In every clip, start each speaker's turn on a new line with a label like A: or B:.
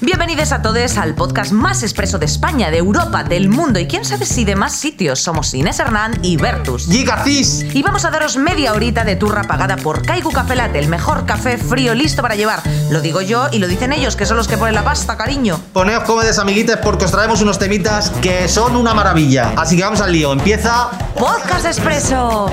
A: Bienvenidos a todos al podcast más expreso de España, de Europa, del mundo y quién sabe si de más sitios. Somos Inés Hernán y Bertus.
B: ¡Gigacis!
A: Y vamos a daros media horita de turra pagada por Kaiku Café Latte, el mejor café frío listo para llevar. Lo digo yo y lo dicen ellos, que son los que ponen la pasta, cariño.
B: Poneos cómodos, amiguitos, porque os traemos unos temitas que son una maravilla. Así que vamos al lío. Empieza.
A: Podcast expreso.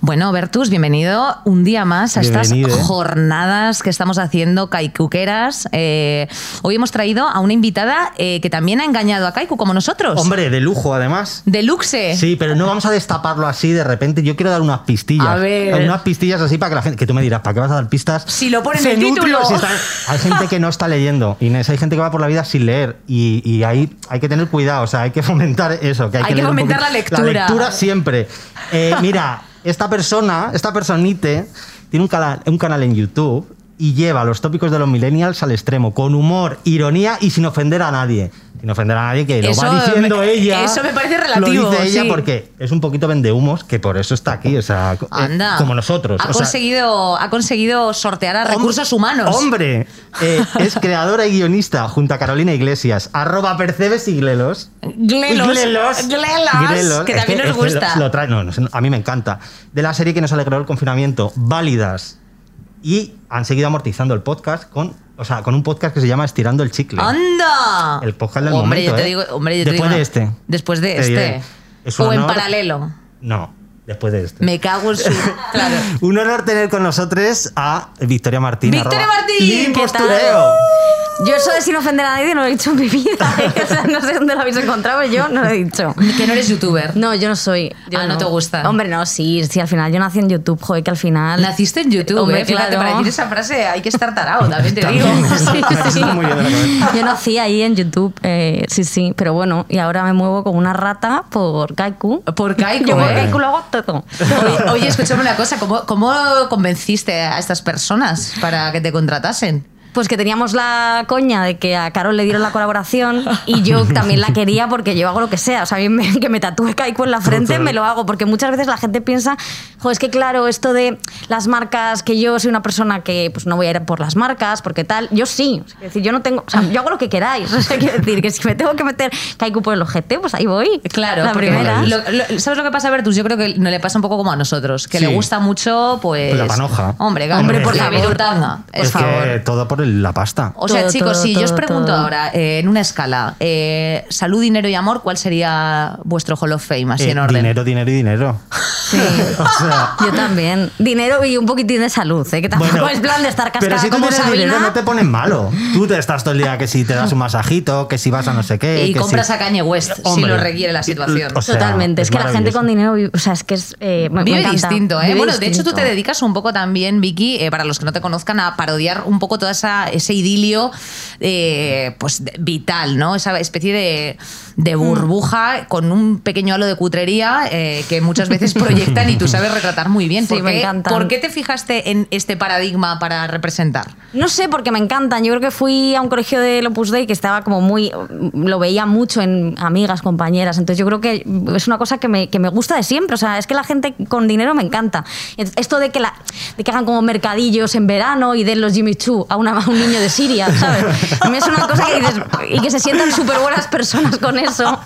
A: Bueno, Bertus, bienvenido un día más a
B: Bienvenido.
A: estas jornadas que estamos haciendo caicuqueras. Eh, hoy hemos traído a una invitada eh, que también ha engañado a Kaiku, como nosotros.
B: Hombre, de lujo, además.
A: Deluxe.
B: Sí, pero no vamos a destaparlo así de repente. Yo quiero dar unas pistillas.
A: A ver.
B: Unas pistillas así para que la gente. Que tú me dirás, ¿para qué vas a dar pistas?
A: Si lo ponen
B: Se
A: en el
B: nutre-
A: título.
B: si está- hay gente que no está leyendo, Inés. Hay gente que va por la vida sin leer. Y, y ahí hay que tener cuidado. O sea, hay que fomentar eso. Que hay,
A: Hay que
B: leer un
A: fomentar
B: poquito.
A: la lectura.
B: La lectura siempre. Eh, mira, esta persona, esta personite, tiene un canal, un canal en YouTube y lleva los tópicos de los millennials al extremo, con humor, ironía y sin ofender a nadie. Sin ofender a nadie, que lo va
A: Eso
B: diciendo
A: me-
B: ella.
A: eso me parece relativo,
B: Lo dice ella
A: sí.
B: porque es un poquito vendehumos, que por eso está aquí, o sea, eh,
A: Anda.
B: como nosotros.
A: Ha,
B: o sea,
A: conseguido, ha conseguido sortear a
B: Hom-
A: recursos humanos.
B: Hombre, Eh, es creadora y guionista junto a Carolina Iglesias, arroba percebes y glelos.
A: Glelos.
B: Glelos.
A: Glelos,
B: Glelos.
A: que
B: Es
A: también nos
B: es que
A: gusta.
B: lo- lo trae- no, no, a mí me encanta. De la serie que nos alegró el confinamiento, Válidas. Y han seguido amortizando el podcast con, o sea, con un podcast que se llama Estirando el Chicle.
A: ¡Anda!
B: El podcast del
A: hombre,
B: momento,
A: Yo te
B: ¿eh?
A: digo, hombre, yo te
B: Después
A: digo
B: de
A: una-
B: este.
A: Después de
B: Te diré.
A: este.
B: Es un
A: o en
B: honor.
A: paralelo.
B: No, después de este. esto.
A: Me cago en su. Claro.
B: Un honor tener con nosotros a Victoria Martín.
A: Victoria
B: arroba
A: Martín, ¿qué
B: Lean
A: tal?
B: Postureo.
C: Yo eso de sin ofender a nadie no lo he dicho en mi vida. ¿eh? O sea, no sé dónde lo habéis encontrado, pero yo no lo he dicho.
A: Que no eres youtuber.
C: No, yo no soy. yo
A: Ah, ¿no te gusta?
C: Hombre, no, sí, sí, al final yo nací en YouTube, joder, que al final.
A: Naciste en YouTube,
C: Hombre,
A: eh, fíjate,
C: claro.
A: para decir esa frase hay que estar tarado, también te digo.
B: También. Está muy bien de la cabeza.
C: Yo nací ahí en YouTube, eh, sí, sí, pero bueno, y ahora me muevo como una rata por Kaiku.
A: Por Kaiku,
C: Yo por
A: ¿eh?
C: Kaiku lo hago todo.
A: Oye, oye, escúchame una cosa, ¿cómo, ¿cómo convenciste a estas personas para que te contratasen?
C: Pues que teníamos la coña de que a Carol le dieron la colaboración y yo también la quería porque yo hago lo que sea. O sea, a mí me- que me tatúe Kaiku en la frente,
B: Total.
C: me lo hago. Porque muchas veces la gente piensa, jo, es que claro, esto de las marcas, que yo soy una persona que pues no voy a ir por las marcas, porque tal. Yo sí. O sea, quiero decir, yo no tengo. O sea, yo hago lo que queráis. O sea, quiero decir que si me tengo que meter Kaiku por el ojete, pues ahí voy.
A: Claro,
C: la
A: porque
C: primera.
A: lo- lo- ¿Sabes lo que pasa, Bertus? Yo creo que no le pasa un poco como a nosotros, que
B: Sí.
A: le gusta mucho, pues.
B: La panoja.
A: Hombre,
B: Hombre,
A: por
B: es
A: la
B: que-
A: virutanga. Es
B: Es que
A: favor.
B: todo por el- la pasta.
A: O sea,
C: Todo,
A: chicos,
C: todo,
A: si yo os
C: todo,
A: pregunto
C: todo.
A: ahora, eh, en una escala, eh, salud, dinero y amor, ¿cuál sería vuestro Hall of Fame así
B: Eh,
A: en orden?
B: Dinero, dinero y dinero.
C: Sí.
B: O sea,
C: Yo también. Dinero y un poquitín de salud, ¿eh? que tampoco
B: bueno,
C: es plan de estar cascada
B: Pero si tú
C: como
B: tienes
C: Sabina.
B: dinero no te pones malo. Tú te estás todo el día que si te das un masajito, que si vas a no sé qué.
A: Y
B: Eh, que
A: compras
B: si-
A: a Kanye West, si
B: Hombre,
A: lo requiere la situación.
B: o sea,
C: Totalmente, es, que la gente
B: maravilloso.
C: con dinero, vive- o sea, es que es... eh, me- me
A: Vive
C: encanta.
A: distinto, ¿eh?
C: Vive
A: bueno, de hecho tú
C: distinto.
A: te dedicas un poco también, Vicky, eh, para los que no te conozcan, a parodiar un poco todo ese idilio eh, pues de- vital, ¿no? Esa especie de,
C: Mm.
A: de burbuja con un pequeño halo de cutrería eh, que muchas veces proyectan y tú sabes retratar muy bien.
C: Sí,
A: ¿Por
C: me
A: qué-
C: encantan.
A: ¿Por qué te fijaste en este paradigma para representar?
C: No sé, porque me encantan. Yo creo que fui a un colegio del Opus Dei que estaba como muy... Lo veía mucho en amigas, compañeras. Entonces yo creo que es una cosa que me, que me gusta de siempre. O sea, es que la gente con dinero me encanta. Esto de que, la, de que hagan como mercadillos en verano y den los Jimmy Choo a, una- a un niño de Siria, ¿sabes? A mí es una cosa que dices... Y que se sientan súper buenas personas con eso.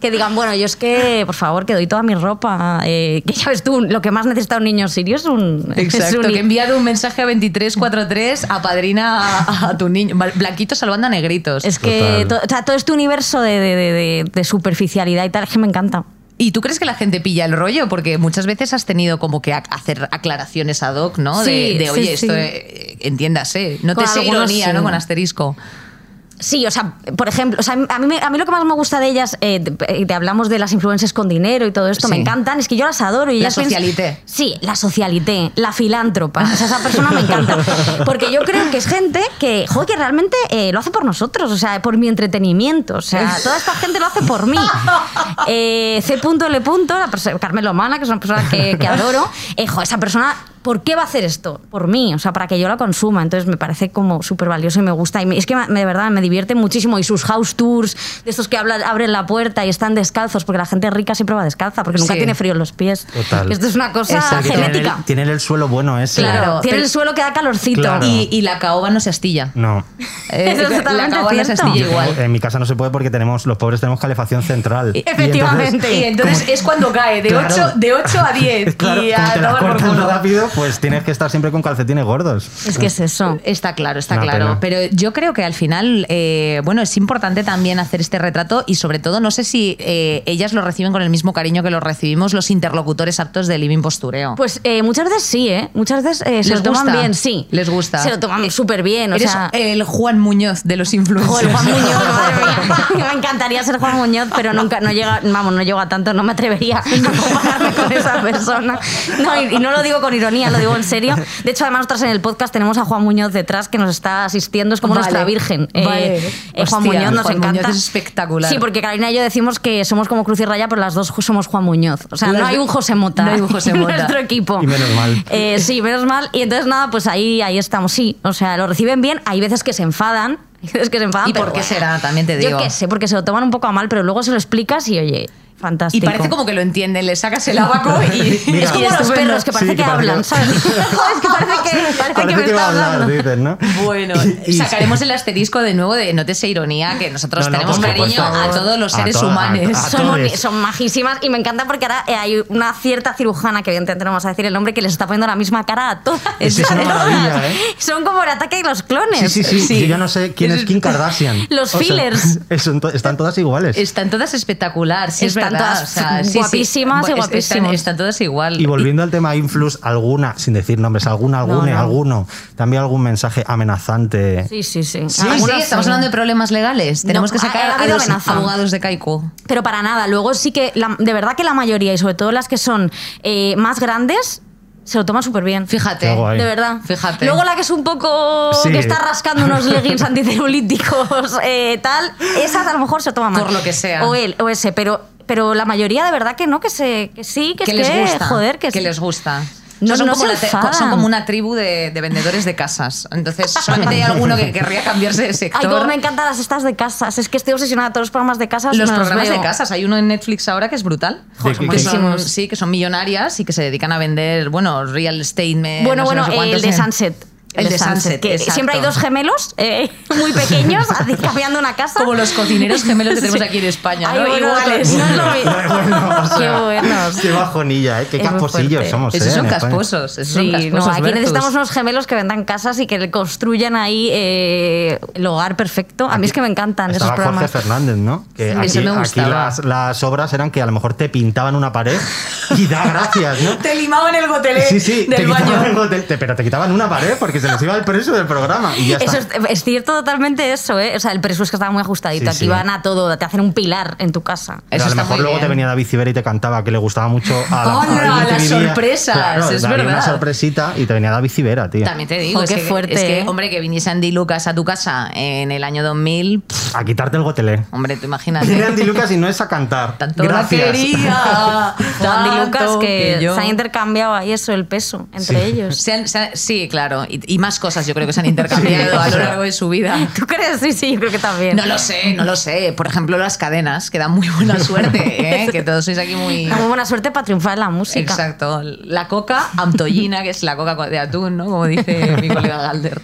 C: Que digan, bueno, yo es que, por favor, que doy toda mi ropa. eh, que ya ves tú, lo que más necesita un niño sirio es un... es
A: Exacto,
C: un-
A: que he enviado un mensaje a 2343 a padrina a, a tu niño. Blanquito salvando a negritos.
C: Es que
B: Total.
C: to- o sea, todo este universo de, de- de- de- de superficialidad y tal, es que me encanta.
A: ¿Y tú crees que la gente pilla el rollo? Porque muchas veces has tenido como que ac- hacer aclaraciones ad hoc, ¿no? de,
C: Sí,
A: de, oye,
C: sí,
A: esto
C: sí.
A: eh, entiéndase. No
C: Con
A: te sé
C: algunos
A: ironía,
C: sí.
A: ¿no? Con asterisco.
C: Sí, o sea, por ejemplo, o sea, a, mí, me- a mí lo que más me gusta de ellas, eh, de- de- hablamos de las influencers con dinero y todo esto,
A: Sí.
C: me encantan, es que yo las adoro. Y
A: La
C: ellas piensan-
A: socialité.
C: Sí, la socialité, la filántropa. O sea, esa persona me encanta. Porque yo creo que es gente que, joder, que realmente eh, lo hace por nosotros, o sea, por mi entretenimiento. O sea, toda esta gente lo hace por mí. Eh, C.L. La perso- Carmelo Mana, que es una persona que, que adoro. Eh, joder, esa persona ¿por qué va a hacer esto? Por mí, o sea, para que yo la consuma. Entonces me parece como súper valioso y me gusta. Y me- es que me- de verdad me divierte muchísimo. Y sus house tours, de estos que hablan, abren la puerta y están descalzos, porque la gente rica siempre va descalza, porque nunca
A: Sí.
C: tiene frío en los pies.
B: Total.
C: Esto es una cosa
A: Exacto.
B: Porque tienen
C: genética.
B: el, tienen el suelo bueno ese.
C: Claro,
A: Claro,
C: tiene
A: pero-
C: el suelo que da calorcito.
B: Claro.
A: Y, y la caoba no se astilla.
B: No.
A: Eh,
C: Eso es
A: la
C: totalmente
A: caoba no se
C: cierto.
A: astilla
C: Yo
A: igual.
B: En mi casa no se puede porque tenemos los pobres tenemos calefacción central. Y
C: Efectivamente.
B: entonces-
A: Y entonces es cuando cae de,
B: Claro.
A: 8, de 8 a 10.
B: Claro,
A: y
B: como
A: a
B: te la
A: tomar por
B: cortan
A: culo.
B: rápido, pues tienes que estar siempre con calcetines gordos.
C: Es que es eso.
A: Está claro, está
B: Una
A: claro.
B: pena.
A: Pero yo creo que al final, eh, bueno, es importante también hacer este retrato y sobre todo, no sé si eh, ellas lo reciben con el mismo cariño que lo recibimos los interlocutores aptos de Living Postureo.
C: Pues eh, muchas veces sí, ¿eh? Muchas veces eh, se
A: ¿Les
C: lo toman
A: gusta?
C: bien, sí.
A: ¿Les gusta?
C: Se lo toman súper bien, o
A: Eres
C: sea...
A: el Juan Muñoz de los influencers. Ah,
C: Joder, Juan Muñoz, madre mía. Me encantaría ser Juan Muñoz, pero nunca, no llega, vamos, no llego a tanto, no me atrevería a compararme con esa persona. No, y, y no lo digo con ironía, lo digo en serio. De hecho, además, nosotras en el podcast tenemos a Juan Muñoz detrás que nos está asistiendo, es como
A: Vale.
C: nuestra virgen.
A: Vale.
C: Eh, eh,
A: Hostia,
C: Juan Muñoz nos
A: Juan
C: encanta.
A: Muñoz es espectacular.
C: Sí, porque Carolina y yo decimos que somos como Cruz y Raya, pero las dos somos Juan Muñoz. O sea,
A: Las
C: no
A: do-
C: hay un José Mota.
A: No hay un José
C: en
A: Mota.
C: nuestro equipo.
B: Y menos mal.
C: Eh, sí, menos mal. Y entonces, nada, pues ahí, ahí estamos, sí. O sea, lo reciben bien. Hay veces que se enfadan. Hay veces que se enfadan.
A: ¿Y por
C: Ah, pero
A: qué
C: bueno.
A: será? También te digo.
C: Yo qué sé, porque se lo toman un poco a mal, pero luego se lo explicas y oye,
A: Y
C: fantástico.
A: parece como que lo entienden, le sacas el abaco y
B: Mira.
A: es como los
C: los
B: Estupendo.
C: perros que
B: Sí,
C: parece que,
B: que parece
C: hablan,
B: que-
C: ¿sabes? Joder, es que parece que, parece que me
B: que
C: está
B: va a hablar,
C: hablando.
B: dices, ¿no?
A: Bueno,
B: Y- y-
A: sacaremos el asterisco de nuevo de no te sé ironía, que nosotros
B: No, no,
A: tenemos
B: por
A: cariño
B: supuesto.
A: a todos los
B: A
A: seres
B: toda- a-
A: humanos.
B: a
C: Son,
B: todes.
C: boni- son majísimas y me encanta porque ahora eh, hay una cierta cirujana que evidentemente no vamos a decir el nombre que les está poniendo la misma cara a todas.
B: Este Es que es una maravilla, ¿eh?
C: Son como el ataque de los clones.
B: Sí, sí, sí,
A: Sí.
B: Yo ya no sé quién es Kim Kardashian.
C: Los
B: O sea,
C: fillers.
B: son to- están todas iguales.
A: Están todas espectacular, sí, es
C: Están
A: verdad,
C: todas
A: o sea, sí, sí.
C: guapísimas y
A: Bueno, es- Están,
C: guapísimos.
A: están todas igual. Ah,
B: Y volviendo al tema Influx, alguna, sin decir nombres, alguna,
C: No,
B: alguna,
C: no.
B: alguno, también algún mensaje amenazante.
C: Sí, sí, sí.
A: Ah, sí,
C: Algunas
A: estamos
C: sí.
A: hablando de problemas legales. Tenemos
C: No,
A: que
C: ha-
A: sacar
C: ha
A: a
C: habido
A: los
C: amenaza.
A: abogados de Kaiku.
C: Pero para nada. Luego sí que, la- de verdad que la mayoría, y sobre todo las que son eh, más grandes, se lo toman súper bien.
A: Fíjate.
B: Qué guay.
C: De verdad.
A: Fíjate.
C: Luego la que es un poco.
B: Sí.
C: que está rascando unos leggings anticelulíticos, eh, tal. Esas a lo mejor se toman mal.
A: Por lo que sea.
C: O él, o ese. Pero, pero la mayoría, de verdad que no, que, se, que sí, que,
A: que
C: es
A: les
C: que,
A: gusta.
C: Joder, que, sí.
A: les gusta.
C: No,
A: son,
C: no
A: como
C: se
A: la te-
C: enfadan.
A: son como una tribu de, de vendedores de casas. Entonces, solamente hay alguno que querría cambiarse de sector.
C: Ay, cómo me encantan las estas de casas. Es que estoy obsesionada. Todos los programas de casas.
A: los
C: me
A: programas
C: veo.
A: de casas. Hay uno en Netflix ahora que es brutal. que
B: Joder,
A: son,
C: buenísimos.
A: sí, que son millonarias y que se dedican a vender, bueno, real estate. me-
C: Bueno,
A: Eh, no sé,
C: bueno,
A: no sé
C: el
A: cuántos
C: de
A: en-
C: Sunset.
A: El de Sunset,
C: que
A: exacto.
C: siempre hay dos gemelos eh, muy pequeños así, cambiando una casa.
A: Como los cocineros gemelos que tenemos aquí en España,
C: Ay,
A: ¿no?
C: bueno,
A: Iguales.
C: no es lo mismo.
B: Bueno, o sea,
C: Qué buenos.
B: Qué bajonilla, ¿eh? qué
C: Es muy
B: casposillos
C: fuerte.
B: somos.
A: Esos
B: eh,
A: son
B: en España.
A: casposos. Esos son
C: Sí,
A: casposos.
C: no, aquí
A: Bertus.
C: necesitamos unos gemelos que vendan casas y que le construyan ahí eh, el hogar perfecto. A mí es que me encantan esos
B: Estaba
C: programas.
B: Jorge Fernández, ¿no? Que
A: Sí.
B: aquí,
A: Eso me
B: aquí
A: gustaba.
B: las, las obras eran que a lo mejor te pintaban una pared y da gracias, ¿no?
A: Te limaban el gotelé
B: Sí, sí, te
A: del
B: quitaban el
A: baño.
B: hotel, te- pero te quitaban una pared porque se les iba el precio del programa y ya está.
C: Eso es, es cierto totalmente eso, ¿eh? O sea, el presupuesto que estaba muy ajustadito.
B: Sí,
C: aquí
B: sí.
C: van a todo, te hacen un pilar en tu casa.
B: Pero
A: Eso
B: a lo
A: está
B: mejor
A: muy
B: luego te
A: bien.
B: venía David Civera y te cantaba que le gustaba mucho a la,
A: ¡Hola!
B: alguien que
A: Las
B: vivía-
A: sorpresas,
B: Claro,
A: es
B: daría
A: verdad.
B: una sorpresita y te venía David Civera, tío.
A: También te digo,
C: Jo,
A: es,
C: qué
A: que,
C: fuerte,
A: es que,
C: ¿eh?
A: hombre, que viniese Andy Lucas a tu casa en el año 2000, pff,
B: A quitarte el gotelé.
A: hombre, tú
B: Viene
A: imagínate.
B: Andy Lucas y no es a cantar.
A: Tanto la
B: Gracias.
A: quería.
C: O Andy
A: tanto
C: Lucas que,
A: yo-
C: se han intercambiado ahí eso, el peso entre
B: Sí.
C: ellos.
A: Se han- se han- sí, claro. Y, y más cosas yo creo que se han intercambiado
B: Sí, o
A: a lo
B: sea.
A: largo de su vida.
C: ¿Tú crees? Sí, sí, yo creo que también.
A: No lo sé, no lo sé. Por ejemplo, las cadenas, que dan muy buena suerte, ¿eh? que todos sois aquí muy...
C: Muy buena suerte para triunfar en la música.
A: Exacto. La coca amtollina, que es la coca de atún, ¿no? Como dice mi colega Galder.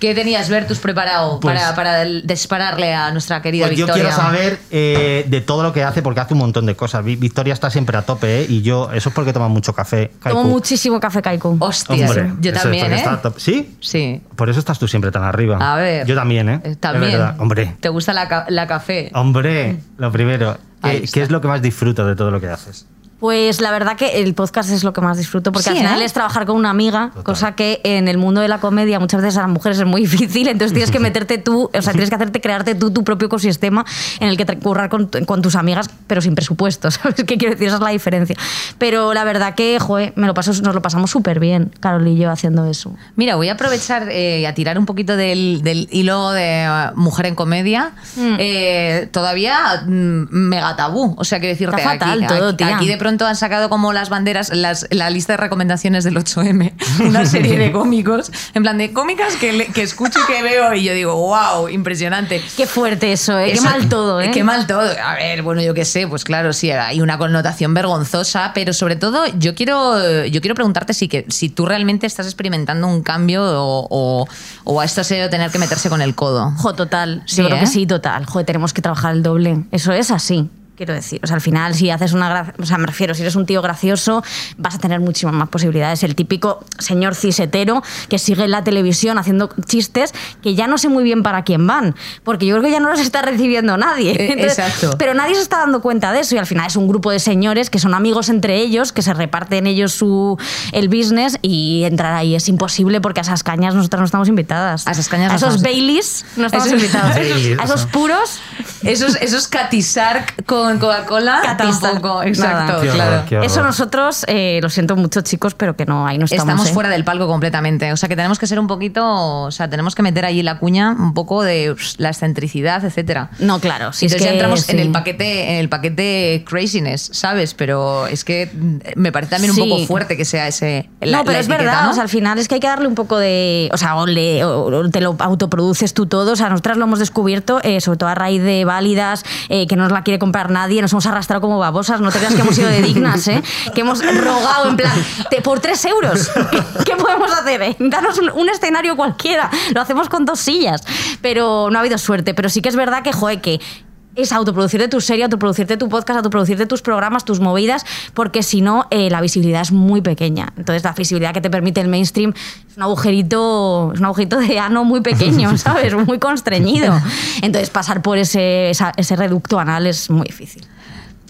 A: ¿Qué tenías, Bertus, preparado
B: Pues-
A: para, para el- dispararle a nuestra querida
B: Pues yo
A: Victoria?
B: quiero saber eh, de todo lo que hace, porque hace un montón de cosas. Vi- Victoria está siempre a tope, ¿eh? Y yo, eso es porque toma mucho café.
C: Tomo
B: Kaiku.
C: muchísimo café Kaiku.
A: Hostia,
B: Hombre,
A: yo
B: eso es
A: también,
B: porque
A: ¿eh?
B: está a tope. ¿Sí?
A: Sí.
B: Por eso estás tú siempre tan arriba.
A: A ver.
B: Yo también, ¿eh?
A: Eh,
B: Es
A: También.
B: verdad. Hombre.
A: ¿Te gusta la, ca- la café?
C: Mm.
B: Hombre, lo primero.
A: Ahí
B: ¿Qué,
A: está.
B: qué es lo que más disfrutas de todo lo que haces?
C: Pues la verdad que el podcast es lo que más disfruto, porque
A: Sí,
C: al final
A: ¿eh?
C: es trabajar con una amiga,
B: Total.
C: cosa que en el mundo de la comedia muchas veces a las mujeres es muy difícil, entonces tienes que meterte tú, o sea, tienes que hacerte crearte tú tu propio ecosistema en el que te- currar con, tu- con tus amigas, pero sin presupuesto, ¿sabes? ¿Qué quiero decir? Esa es la diferencia. Pero la verdad que, joe, me lo paso, nos lo pasamos súper bien, Carol y yo, haciendo eso.
A: Mira, voy a aprovechar eh, a tirar un poquito del, del hilo de eh, mujer en comedia. Eh, todavía mm, mega tabú. O sea, quiero decirte,
C: Está fatal
A: aquí,
C: todo,
A: aquí-
C: tía.
A: aquí de pronto han sacado como las banderas, las- la lista de recomendaciones del 8M, una serie de cómicos, en plan de cómicas que, le- que escucho y que veo y yo digo, wow, impresionante.
C: Qué fuerte eso, ¿eh?
A: Eso-
C: qué mal todo, ¿eh?
A: Qué mal todo. A ver, bueno, yo qué sé, pues claro, sí, hay una connotación vergonzosa, pero sobre todo yo quiero, yo quiero preguntarte si, que, si tú realmente estás experimentando un cambio o, o, o a esto se debe tener que meterse con el codo.
C: Jo, total.
A: Sí,
C: yo creo
A: ¿eh?
C: que sí, total. Joder, tenemos que trabajar el doble. Eso es así. Quiero decir, o sea, al final, si haces una. gra- O sea, me refiero, si eres un tío gracioso, vas a tener muchísimas más posibilidades. El típico señor cisetero que sigue en la televisión haciendo chistes que ya no sé muy bien para quién van, porque yo creo que ya no los está recibiendo nadie.
A: Eh, exacto.
C: Pero nadie se está dando cuenta de eso y al final es un grupo de señores que son amigos entre ellos, que se reparten ellos su, el business y entrar ahí es imposible porque a esas cañas nosotras no estamos invitadas.
A: A esas cañas
C: A
A: no
C: esos
A: estamos-
C: Baileys no estamos
A: Esos-
C: invitados. ¿eh?
B: Baileys,
C: a esos
B: ¿no?
C: puros.
A: Esos, esos Catisarc con Coca-Cola
C: Catisarc,
A: tampoco,
C: nada.
A: exacto,
B: Qué horror,
A: claro.
B: qué horror.
C: Eso nosotros, eh, lo siento mucho, chicos, pero que no, ahí no estamos.
A: Estamos,
C: ¿eh?
A: fuera del palco completamente. O sea que tenemos que ser un poquito. O sea, tenemos que meter ahí la cuña un poco de ups, la excentricidad, etcétera.
C: No, claro. Si
A: Entonces
C: es que,
A: ya entramos en
C: sí.
A: el paquete, en el paquete craziness, ¿sabes? Pero es que mm, me parece también
C: Sí.
A: un poco fuerte que sea ese. la-
C: no, pero
A: la
C: es
A: etiqueta,
C: verdad,
A: ¿no?
C: o sea, al final es que hay que darle un poco de. O sea, o, le- o- o te lo autoproduces tú todo. O sea, nosotras lo hemos descubierto, eh, sobre todo a raíz de válidas, eh, que no nos la quiere comprar nadie, nos hemos arrastrado como babosas. No te creas que hemos sido de dignas, ¿eh? Que hemos rogado en plan, "Te- por tres euros. ¿Qué podemos hacer? eh? Danos un, un escenario cualquiera. Lo hacemos con dos sillas. Pero no ha habido suerte. Pero sí que es verdad que, joder, que es autoproducirte tu serie, autoproducirte tu podcast, autoproducirte tus programas, tus movidas, porque si no, eh, la visibilidad es muy pequeña. Entonces, la visibilidad que te permite el mainstream es un agujerito, es un agujerito de ano muy pequeño, ¿sabes? Muy constreñido. Entonces, pasar por ese, esa- ese reducto anal es muy difícil.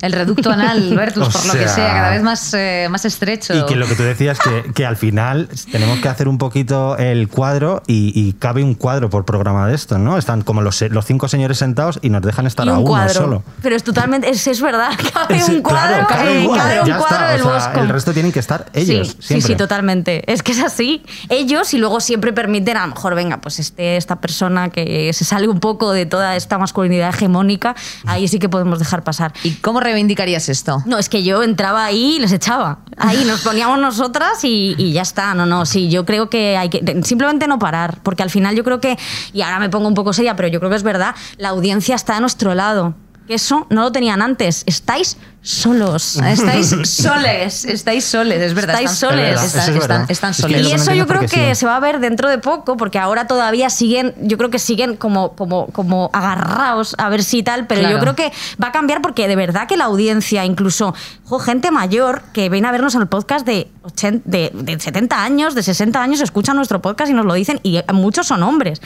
A: El reducto anal, Bertus,
B: O
A: por lo que
B: sea-
A: sea, cada vez más, eh, más estrecho.
B: Y que lo que tú decías, que, que al final tenemos que hacer un poquito el cuadro y, y cabe un cuadro por programa de esto, ¿no? Están como los, se- los cinco señores sentados y nos dejan estar
C: y
B: a
C: un
B: uno
C: cuadro.
B: solo.
C: Pero es totalmente, es, es verdad, cabe
B: Ese-
C: un
B: claro,
C: cuadro,
B: cabe
C: eh,
B: un cuadro,
C: cabe un
B: ya
C: cuadro
B: está,
C: del
B: o sea,
C: bosco.
B: El resto tienen que estar ellos,
C: sí, sí,
B: siempre.
C: sí, totalmente. Es que es así. Ellos y luego siempre permiten, a lo mejor, venga, pues este, esta persona que se sale un poco de toda esta masculinidad hegemónica, ahí sí que podemos dejar pasar.
A: ¿Y cómo reivindicarías esto?
C: No, es que yo entraba ahí y les echaba. Ahí nos poníamos nosotras y, y ya está. No, no, sí, yo creo que hay que simplemente no parar, porque al final yo creo que, y ahora me pongo un poco seria, pero yo creo que es verdad, la audiencia está a nuestro lado. Eso no lo tenían antes. Estáis solos.
A: Estáis soles, estáis soles, es verdad.
C: Estáis
A: están-
C: soles. Es verdad,
A: Están,
B: eso es
A: están-
B: verdad.
A: están
B: Es que
A: soles.
B: lo
C: Y
B: que no
C: eso yo
B: entiendo
C: creo
B: por qué
C: que
B: siguen.
C: se va a ver dentro de poco, porque ahora todavía siguen, yo creo que siguen como, como, como agarrados a ver si tal, pero yo
A: Claro.
C: creo que va a cambiar porque de verdad que la audiencia, incluso jo, gente mayor que viene a vernos en el podcast de, 80 de, de 70 años, de 60 años, escuchan nuestro podcast y nos lo dicen, y muchos son hombres.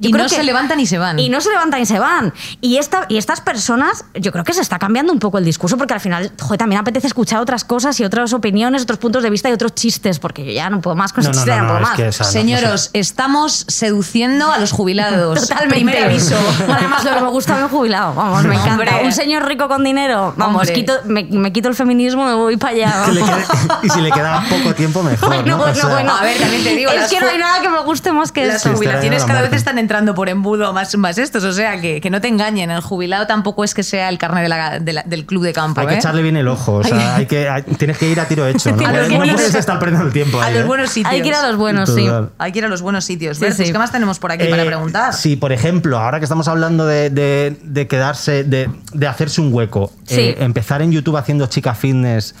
C: Yo
A: Y
C: creo
A: no
C: que-
A: se levantan y se van.
C: y no se levantan y se van. Y, esta, y estas personas, yo creo que se está cambiando un poco el discurso porque al final, joder, también apetece escuchar otras cosas y otras opiniones, otros puntos de vista y otros chistes, porque yo ya no puedo más con
B: No,
C: ese
B: no,
C: chiste,
B: no,
C: ya no,
B: no,
C: puedo
B: es
C: más.
B: que esa-
A: Señoros, estamos seduciendo a los jubilados.
C: Totalmente.
A: Pues Primer aviso.
C: Además, lo que me gusta, me he jubilado. Vamos, me encanta.
A: Hombre.
C: Un señor rico con dinero. Vamos,
A: Hombre.
C: quito, me, me quito el feminismo, me voy para allá.
B: Que le
C: vamos.
B: quede- y si le queda poco tiempo, mejor.
C: Bueno,
B: ¿no? O
C: bueno,
B: sea,
C: bueno.
A: A ver, también te digo,
C: Es
A: las
C: que no
A: fu-
C: hay nada que me guste más que
A: Las
C: eso.
B: Sí,
A: jubilaciones
B: está
A: cada
B: la
A: vez
B: muerte.
A: están entrando por embudo más, más estos, o sea, que, que no te engañen. El jubilado tampoco es que sea el carne de la- de la- del club de campo.
B: Hay que
A: ¿eh?
B: echarle bien el ojo, o sea, hay que, hay- tienes que ir a tiro hecho. No,
A: A los
B: puedes, no
A: buenos-
B: puedes estar perdiendo el tiempo.
A: a
B: ahí,
A: los
B: ¿eh?
A: buenos sitios.
C: Hay que ir a los buenos, sí.
B: Total.
A: Hay que ir a los buenos sitios.
C: Sí,
A: Bertus,
C: sí.
A: ¿Qué más tenemos por aquí para
B: Eh,
A: preguntar?
B: Sí, por ejemplo, ahora que estamos hablando de, de- de quedarse, de, de hacerse un hueco,
C: Sí.
B: eh, empezar en YouTube haciendo chica fitness,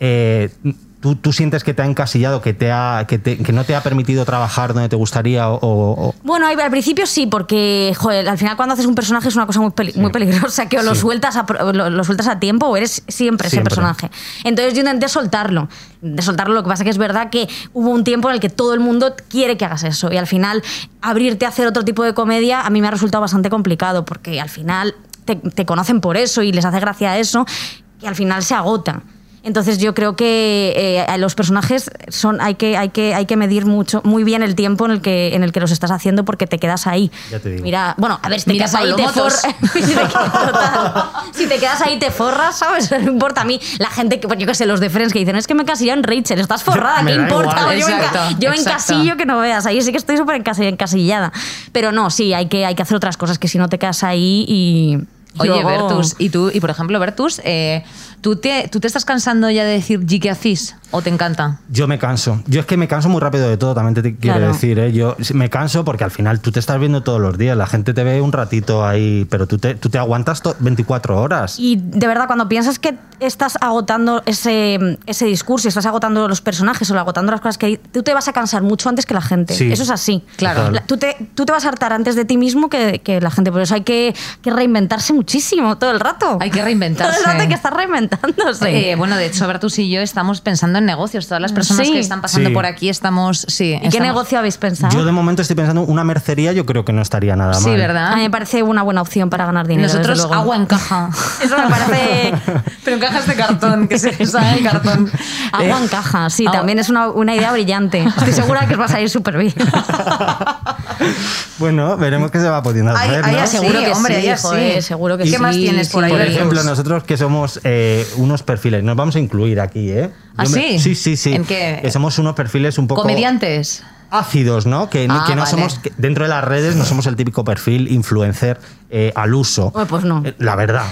B: eh, ¿tú, tú sientes que te ha encasillado, que, te ha, que, te- que no te ha permitido trabajar donde te gustaría? O, o- o-
C: Bueno, al al principio sí, porque joder, al final cuando haces un personaje es una cosa muy, peli- muy peligrosa, que o lo,
B: Sí.
C: sueltas a, pro- lo, lo sueltas a tiempo o eres siempre, ese
B: Siempre.
C: personaje. Entonces yo intenté soltarlo. De soltarlo, lo que pasa que es verdad que hubo un tiempo en el que todo el mundo quiere que hagas eso. Y al final abrirte a hacer otro tipo de comedia a mí me ha resultado bastante complicado, porque al final te, te conocen por eso y les hace gracia eso, que al final se agota. Entonces yo creo que eh, a los personajes son hay que hay que hay que medir mucho muy bien el tiempo en el que en el que los estás haciendo porque te quedas ahí.
B: Ya te digo.
C: Mira, bueno, a ver, si Pues te
A: Mira
C: quedas ahí
A: Pablo
C: te
A: Motos.
C: forras. si te quedas ahí te forras, ¿sabes? No importa a mí la gente que pues, yo qué sé, los de Friends que dicen, "Es que me encasillo en Rachel, estás forrada,
B: Me
C: ¿qué
B: da
C: importa?"
B: igual.
C: yo me enca-
A: Exacto,
C: yo me
A: exacto.
C: encasillo que no veas. Ahí sí que estoy súper encasi- encasillada. Pero no, sí, hay que hay que hacer otras cosas que si no te quedas ahí y
A: Oye,
C: luego-
A: Bertus, y tú, y por ejemplo, Bertus, eh, ¿Tú te, ¿Tú te estás cansando ya de decir ¿y qué hacís? ¿O te encanta?
B: Yo me canso. Yo es que me canso muy rápido de todo, también te, te quiero
C: Claro.
B: decir. ¿eh? Yo me canso porque al final tú te estás viendo todos los días. La gente te ve un ratito ahí, pero tú te, tú te aguantas to- 24 horas.
C: Y de verdad, cuando piensas que estás agotando ese, ese discurso, estás agotando los personajes o agotando las cosas que di- tú te vas a cansar mucho antes que la gente.
B: Sí.
C: Eso es así.
A: Claro.
B: Total.
C: La- tú, te, tú te vas a hartar antes de ti mismo que, que la gente. Por eso hay que, que reinventarse muchísimo todo el rato.
A: Hay que reinventarse.
C: Todo el rato hay que estar reinventándose.
A: Eh, bueno, de hecho, Bertus y yo estamos pensando en negocios. Todas las personas
C: Sí.
A: que están pasando
B: Sí.
A: por aquí estamos. Sí,
C: ¿Y qué
A: estamos-
C: negocio habéis pensado?
B: Yo de momento estoy pensando una mercería, yo creo que no estaría nada
A: Sí,
B: mal.
A: ¿verdad?
C: A mí me parece una buena opción para ganar dinero.
A: Nosotros
C: desde luego.
A: agua en caja.
C: Eso me parece.
A: Pero en cajas de cartón, que se salga el cartón.
C: Agua
A: Eh,
C: en caja, sí,
A: agua-
C: también es una, una idea brillante. Estoy segura que os va a salir súper bien.
B: Bueno, veremos qué se va pudiendo
A: Ay,
B: hacer.
A: ay,
B: ¿no?
A: así Seguro que sí, sí.
C: seguro que
A: ¿Qué
C: sí.
A: más tienes por ahí,
B: Por
A: Veremos.
B: ejemplo, nosotros que somos eh, unos perfiles, nos vamos a incluir aquí, ¿eh?
A: ¿Ah,
B: Yo
A: sí?
B: me- Sí, sí, sí.
A: ¿En qué?
B: Que somos unos perfiles un poco
A: Comediantes.
B: ácidos, ¿no? Que,
A: Ah,
B: que no
A: vale.
B: somos, que dentro de las redes no somos el típico perfil influencer eh, al uso.
C: Oye, pues no.
B: Eh, La verdad.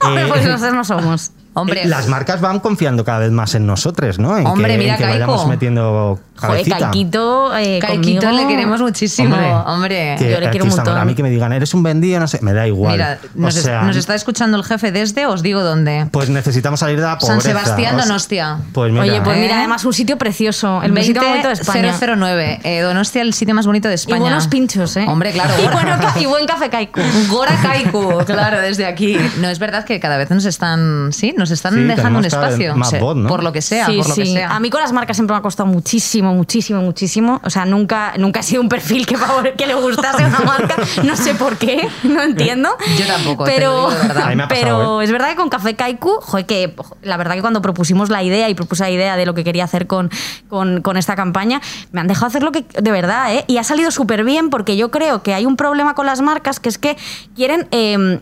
B: Eh,
C: Pues nosotros no somos.
A: Hombre.
B: eh, Las marcas van confiando cada vez más en nosotros, ¿no? En
A: Hombre,
B: que,
A: mira,
B: en que
A: Caico.
B: vayamos metiendo
C: Joder,
B: cabecita.
C: Caiquito, eh,
A: Caiquito
C: conmigo-
A: le queremos muchísimo. Hombre.
B: que
C: Yo le quiero
B: aquí
C: un
B: estamos.
C: montón.
B: A mí que me digan, eres un vendido, no sé, me da igual.
A: Mira,
B: O
A: nos, es-
B: sea,
A: nos está escuchando el jefe desde, os digo dónde.
B: Pues necesitamos salir de la
A: San
B: pobreza.
A: Sebastián,
B: O sea,
A: Donostia.
B: Pues mira,
C: Oye, pues
A: ¿eh?
C: mira, además un sitio precioso, el mejor momento de España.
A: 20009. Eh, Donostia, el sitio más bonito de España.
C: Y buenos pinchos, ¿eh?
A: Hombre, claro.
C: Y,
A: Gora.
C: bueno, ca- y buen café Caico.
A: Gora Kaiku, claro, desde aquí. No, es verdad que cada vez nos están, sí, nos están
B: Sí,
A: dejando un
B: tenemos cada vez
A: espacio.
B: más
A: Sí,
B: voz, ¿no?
A: Por lo que sea,
C: Sí,
A: por lo que
C: sí.
A: sea.
C: A mí con las marcas siempre me ha costado muchísimo, muchísimo, muchísimo. O sea, nunca, nunca he sido un perfil que, favor- que le gustase una marca. No sé por qué, no entiendo.
A: Yo tampoco, te lo
C: Pero,
A: digo de verdad.
B: A mí me ha pasado, ¿eh?
C: pero es verdad que con Café Kaiku, joder, que jo, la verdad que cuando propusimos la idea y propuse la idea de lo que quería hacer con, con, con esta campaña, me han dejado hacer lo que de verdad, ¿eh? Y ha salido súper bien porque yo creo que hay un problema con las marcas que es que quieren eh,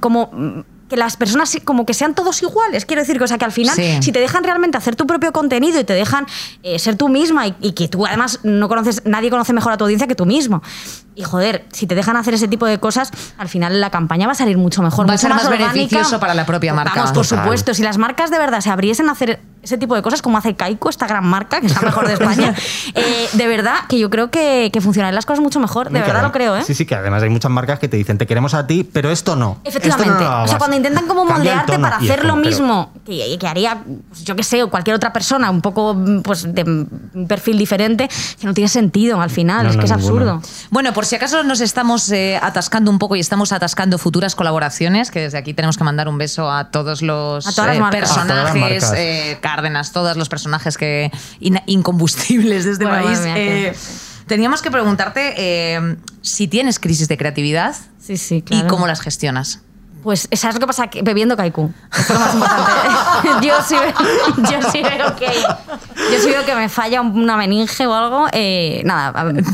C: como mm, que las personas se- como que sean todos iguales. Quiero decir que, o sea, que al final,
A: Sí.
C: si te dejan realmente hacer tu propio contenido y te dejan eh, ser tú misma y, y que tú además no conoces, nadie conoce mejor a tu audiencia que tú mismo. Y joder, si te dejan hacer ese tipo de cosas, al final la campaña va a salir mucho mejor.
A: Va a
C: mucho
A: ser más
C: orgánica.
A: beneficioso para la propia marca.
C: Vamos, por
B: Total.
C: supuesto, si las marcas de verdad se abriesen a hacer ese tipo de cosas como hace Caico, esta gran marca, que es la mejor de España, eh, de verdad que yo creo que, que funcionarían las cosas mucho mejor. De
B: que
C: verdad lo
B: adem-
C: creo, ¿eh?
B: Sí, sí, que además hay muchas marcas que te dicen, te queremos a ti, pero esto no. Esto
C: Efectivamente.
B: no lo
C: o
B: hagas".
C: sea, cuando intentan como
B: Cambia el
C: moldearte
B: tono
C: para
B: y es
C: hacer lo
B: como, pero-
C: mismo que, que haría, pues, yo qué sé, o cualquier otra persona, un poco mm, pues de un perfil diferente, que no tiene sentido al final,
B: No,
C: es
B: no,
C: que es
B: ninguno.
C: absurdo.
A: Bueno, por si acaso nos estamos eh, atascando un poco y estamos atascando futuras colaboraciones, que desde aquí tenemos que mandar un beso a todos los
C: A todas las
A: eh,
C: marcas.
B: A todas las
A: personajes,
B: marcas.
A: eh, Cárdenas, todos los personajes que in- incombustibles de este
C: Bueno,
A: país.
C: madre mía,
A: Eh, teníamos que preguntarte eh, si tienes crisis de creatividad
C: Sí, sí, claro.
A: y cómo las gestionas.
C: Pues, ¿sabes lo que pasa? Que bebiendo kaiku. Es lo más importante. yo, sí, ve- yo sí veo que. Yo sí veo que me falla una meninge o algo. eh, nada, a- me bebo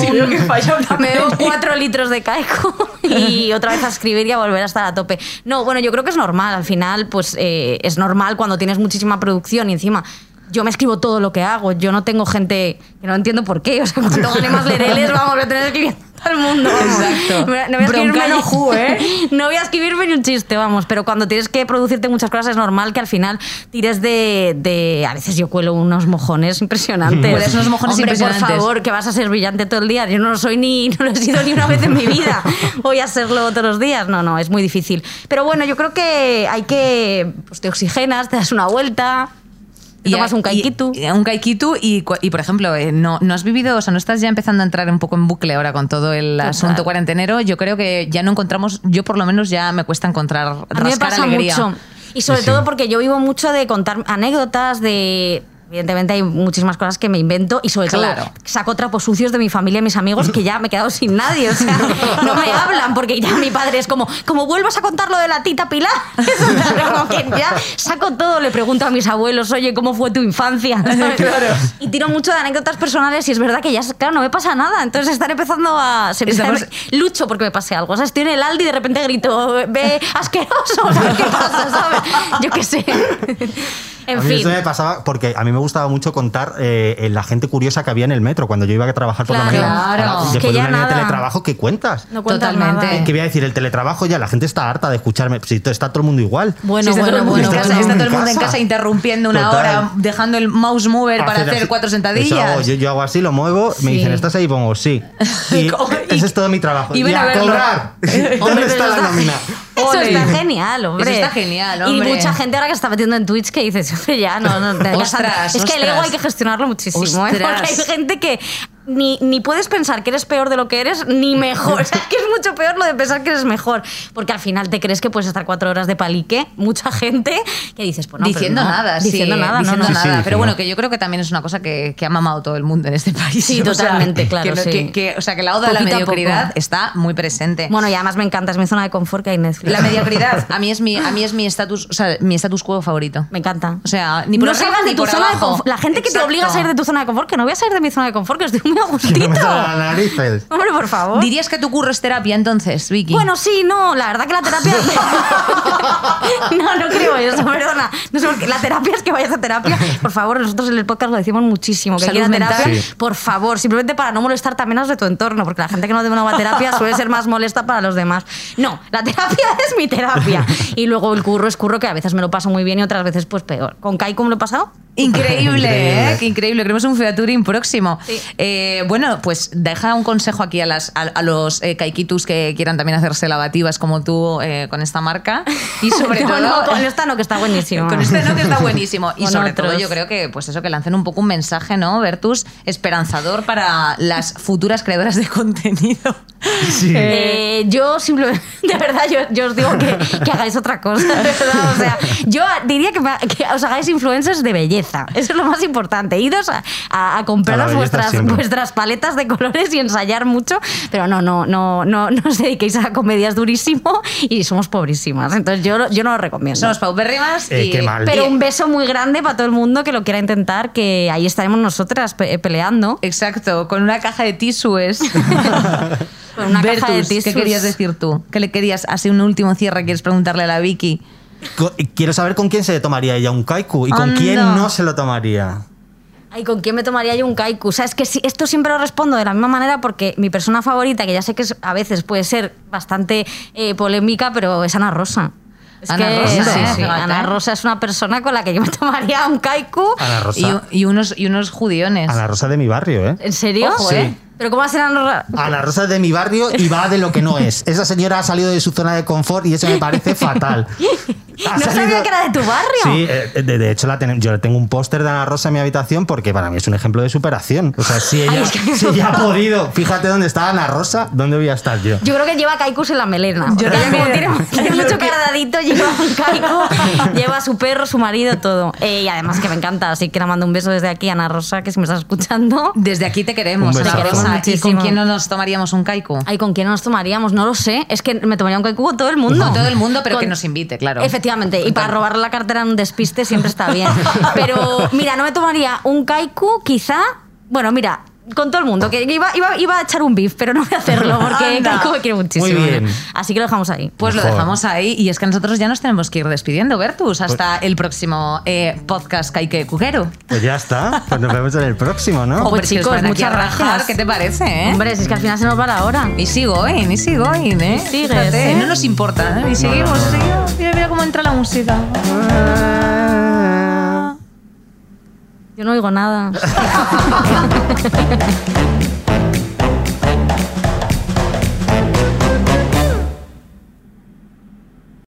A: Sí
C: un-
A: veo que falla una
C: me bebo
A: meninge.
C: cuatro litros de kaiku y otra vez a escribir y a volver a estar a tope. No, bueno, yo creo que es normal. Al final, pues eh, es normal cuando tienes muchísima producción y encima. Yo me escribo todo lo que hago. Yo no tengo gente que no entiendo por qué. O sea, cuando gane más lereles, vamos, voy a tener que a todo el mundo. vamos.
A: Exacto.
C: Me- No voy a escribirme
A: Bronca no ju, ¿eh?
C: no voy a escribirme ni un chiste, vamos, pero cuando tienes que producirte muchas cosas es normal que al final tires de... de- a veces yo cuelo unos mojones impresionantes.
A: Cuelas unos mojones
C: Hombre,
A: impresionantes.
C: por favor, que vas a ser brillante todo el día. Yo no lo soy ni... no lo he sido ni una vez en mi vida. Voy a serlo todos los días. No, no, es muy difícil. Pero bueno, yo creo que hay que... Pues te oxigenas, te das una vuelta... Te tomas
A: a-
C: un kaikitu.
A: y- eh, un kaikitu y, cua- y, por ejemplo, eh, no, no has vivido, o sea, no estás ya empezando a entrar un poco en bucle ahora con todo el
C: Total.
A: asunto cuarentenero. Yo creo que ya no encontramos, yo por lo menos ya me cuesta encontrar
C: A mí me
A: rascar
C: pasa
A: alegría.
C: mucho. Y sobre
B: Sí, sí.
C: todo porque yo vivo mucho de contar anécdotas, de. Evidentemente hay muchísimas cosas que me invento y sobre
A: Claro.
C: todo saco trapos sucios de mi familia y mis amigos que ya me he quedado sin nadie. O sea, no me hablan porque ya mi padre es como, como vuelvas a contar lo de la tita Pilar. Como que ya saco todo, le pregunto a mis abuelos, oye, ¿cómo fue tu infancia? ¿Sabes? Y tiro mucho de anécdotas personales y es verdad que ya, claro, no me pasa nada. Entonces están empezando a... se me está-
A: Estamos-
C: lucho porque me pase algo. O sea, estoy en el Aldi y de repente grito, ve asqueroso, o sea, ¿qué pasa? ¿Sabes? Yo qué sé. En
B: a mí
C: fin.
B: eso me pasaba porque a mí me gustaba mucho contar eh, eh, la gente curiosa que había en el metro cuando yo iba a trabajar por la
C: Claro.
B: mañana.
A: Claro.
B: Ahora,
A: Es
B: Después
C: que
B: de
C: ya
B: un año de
C: nada.
B: teletrabajo, ¿qué cuentas?
C: No cuentas
A: Totalmente.
C: nada.
A: Eh.
B: Que voy a decir, el teletrabajo ya, la gente está harta de escucharme. Si esto está todo el mundo igual.
C: Bueno,
A: Sí, está todo
C: bueno,
A: el
C: bueno.
A: mundo en
B: Está
A: casa,
B: todo
A: está
B: el
A: todo el mundo
B: mundo en
A: en casa
B: casa.
A: interrumpiendo una
B: Total. Ah,
A: hora, dejando el mouse mover para hacer
B: así.
A: cuatro
B: Eso hago,
A: sentadillas.
B: yo, yo hago así, lo muevo, me
A: Sí.
B: dicen, ¿estás ahí? Pongo, sí. Y ese es todo mi trabajo.
A: y
B: Y,
A: ven a
B: a
A: verlo.
B: cobrar. ¿Dónde está la nómina?
C: Eso
A: Ole.
C: está genial, hombre.
A: Eso está genial, hombre.
C: Y mucha gente ahora que se está metiendo en Twitch que dices, hombre, ya, no, no. te-
A: Ostras,
C: es que el
A: ostras.
C: ego hay que gestionarlo muchísimo, ¿eh? Porque
A: Ostras.
C: hay gente que ni, ni puedes pensar que eres peor de lo que eres, ni mejor. O sea, que es mucho peor lo de pensar que eres mejor. Porque al final te crees que puedes estar cuatro horas de palique, mucha gente, que dices, pues no, pero
A: diciendo
C: no.
A: nada,
C: Diciendo
A: sí,
C: nada,
A: diciendo
C: no, no.
B: Sí, sí,
A: nada.
B: diciendo
A: pero bueno,
B: nada.
A: que yo creo que también es una cosa que, que ha mamado todo el mundo en este país.
C: Sí,
A: O sea,
C: totalmente, claro,
A: que no-
C: sí.
A: que- que- o sea, que la oda de la
C: Poquito a poco.
A: mediocridad está muy presente.
C: Bueno, y además me encanta, es mi zona de confort que hay Netflix.
A: La mediocridad, a mí es mi, a mí es mi estatus, o sea, mi status quo favorito.
C: Me encanta.
A: O sea, ni por
C: no
A: arriba
C: salgas de
A: ni
C: tu
A: por
C: zona de
A: abajo.
C: confort. La gente que
A: Exacto.
C: te obliga a salir de tu zona de confort, que no voy a salir de mi zona de confort, que estoy muy a
B: Que no me
C: gustito.
B: salen las narices.
C: Hombre, por favor.
A: ¿Dirías que tu curro es terapia entonces, Vicky?
C: Oh. Bueno, sí, no, la verdad que la terapia. no, no creo eso, perdona. No sé por qué. La terapia es que vayas a terapia. Por favor, nosotros en el podcast lo decimos muchísimo. Que
A: Salud
C: quiera terapia,
A: mental.
B: Sí.
C: por favor, simplemente para no molestar también a los de tu entorno, porque la gente que no de una va a terapia suele ser más molesta para los demás. No, la terapia es mi terapia. Y luego el curro es curro, que a veces me lo paso muy bien y otras veces, pues peor. ¿Con Kai cómo lo he pasado?
A: Increíble,
B: Increíble.
A: ¿eh? Qué increíble. Queremos un featuring próximo.
C: Sí.
A: Eh, bueno, pues deja un consejo aquí a, las, a, a los eh, kaikitus que quieran también hacerse lavativas como tú eh, con esta marca. Y sobre
C: No,
A: todo.
C: no, con esta no, que está buenísimo.
A: Con este no que está buenísimo. Y
C: Con
A: sobre todo
C: otros.
A: yo creo que, pues eso, que lancen un poco un mensaje, ¿no? Vertus, esperanzador para las futuras creadoras de contenido.
B: Sí.
C: Eh, yo simplemente, de verdad, yo, yo os digo que, que hagáis otra cosa, de verdad. O sea, yo diría que, me- que os hagáis influencers de belleza. Eso es lo más importante. Idos a, a- a
B: A la
C: compraros
B: belleza
C: vuestras,
B: siempre.
C: vuestras paletas de colores y ensayar mucho, pero no, no, no, no, no os dediquéis a comedias durísimo y somos pobrísimas. Entonces yo, yo no lo recomiendo.
A: Somos paupérrimas
B: Eh,
A: y...
B: qué mal.
C: pero un beso muy grande para todo el mundo que lo quiera intentar, que ahí estaremos nosotras pe- peleando.
A: Exacto, con una caja de tissues.
C: Con una caja de
A: Vertus, ¿qué
C: tissues.
A: querías decir tú? ¿Qué le querías? Así un último cierre, ¿quieres preguntarle a la Vicky?
B: Co- Quiero saber con quién se tomaría ella un kaiku y con
A: Anda.
B: quién no se lo tomaría.
C: Ay, ¿con quién me tomaría yo un kaiku? O sea, es que si, esto siempre lo respondo de la misma manera porque mi persona favorita, que ya sé que es- a veces puede ser bastante eh, polémica, pero es Ana Rosa. Es
A: Ana
C: que,
A: Rosa,
B: sí,
C: eh,
A: sí.
C: Ana Rosa es una persona con la que yo me tomaría un kaiku.
A: Y,
B: Ana Rosa.
A: y unos, y unos judiones.
B: Ana Rosa de mi barrio, ¿eh?
C: ¿En serio?
A: Ojo, ¿eh?
B: Sí.
C: ¿Pero cómo va a ser Ana Rosa?
B: Ana Rosa es de mi barrio y va de lo que no es. Esa señora ha salido de su zona de confort y eso me parece fatal. Ha
C: No sabía que era de tu barrio.
B: Sí, eh, de, de hecho la tenem- yo tengo un póster de Ana Rosa en mi habitación porque para mí es un ejemplo de superación. O sea, si ella,
C: Ay, es que-
B: si ella ha podido, fíjate dónde está Ana Rosa, ¿dónde voy a estar yo?
C: Yo creo que lleva kaikus en la melena. Yo
A: también.
C: Tiene, tiene mucho cardadito, lleva un kaiku, lleva a su perro, su marido, todo. Eh, y además que me encanta, así que le mando un beso desde aquí a Ana Rosa, que si me estás escuchando.
A: Desde aquí te queremos,
B: Un
A: Ana
B: besazo.
A: Rosa. ¿Y con
C: Muchísimo.
A: quién no nos tomaríamos un kaiku?
C: Ay, ¿con quién nos tomaríamos? No lo sé. Es que me tomaría un kaiku con todo el mundo.
A: Con todo el mundo, pero
C: Con-
A: que nos invite, claro.
C: Efectivamente, y para
A: Total.
C: robar la cartera en un despiste siempre está bien. Pero mira, no me tomaría un kaiku, quizá. Bueno, mira, con todo el mundo, que iba, iba, iba a echar un beef, pero no voy a hacerlo porque
A: Anda.
C: kaiku me quiere muchísimo. ¿eh?
B: Muy bien.
C: Así que lo dejamos ahí.
A: Pues lo
B: Mejor.
A: dejamos ahí y es que nosotros ya nos tenemos que ir despidiendo, Bertus, hasta el próximo eh, podcast Kaike Cuquero.
B: Pues ya está, pues nos vemos en el próximo, ¿no?
A: Hombre,
C: Pues chicos,
A: si os van aquí
C: muchas
A: a rajar,
C: gracias.
A: ¿Qué te parece, eh?
C: Hombre, si es que al final se nos va la hora.
A: Y sigo, ¿eh? Y sigo, ¿eh?
C: sigues,
A: Fíjate,
C: ¿eh?
A: No nos importa, ¿eh? Y seguimos, seguimos. Mira, mira cómo entra la música.
C: Yo no oigo nada.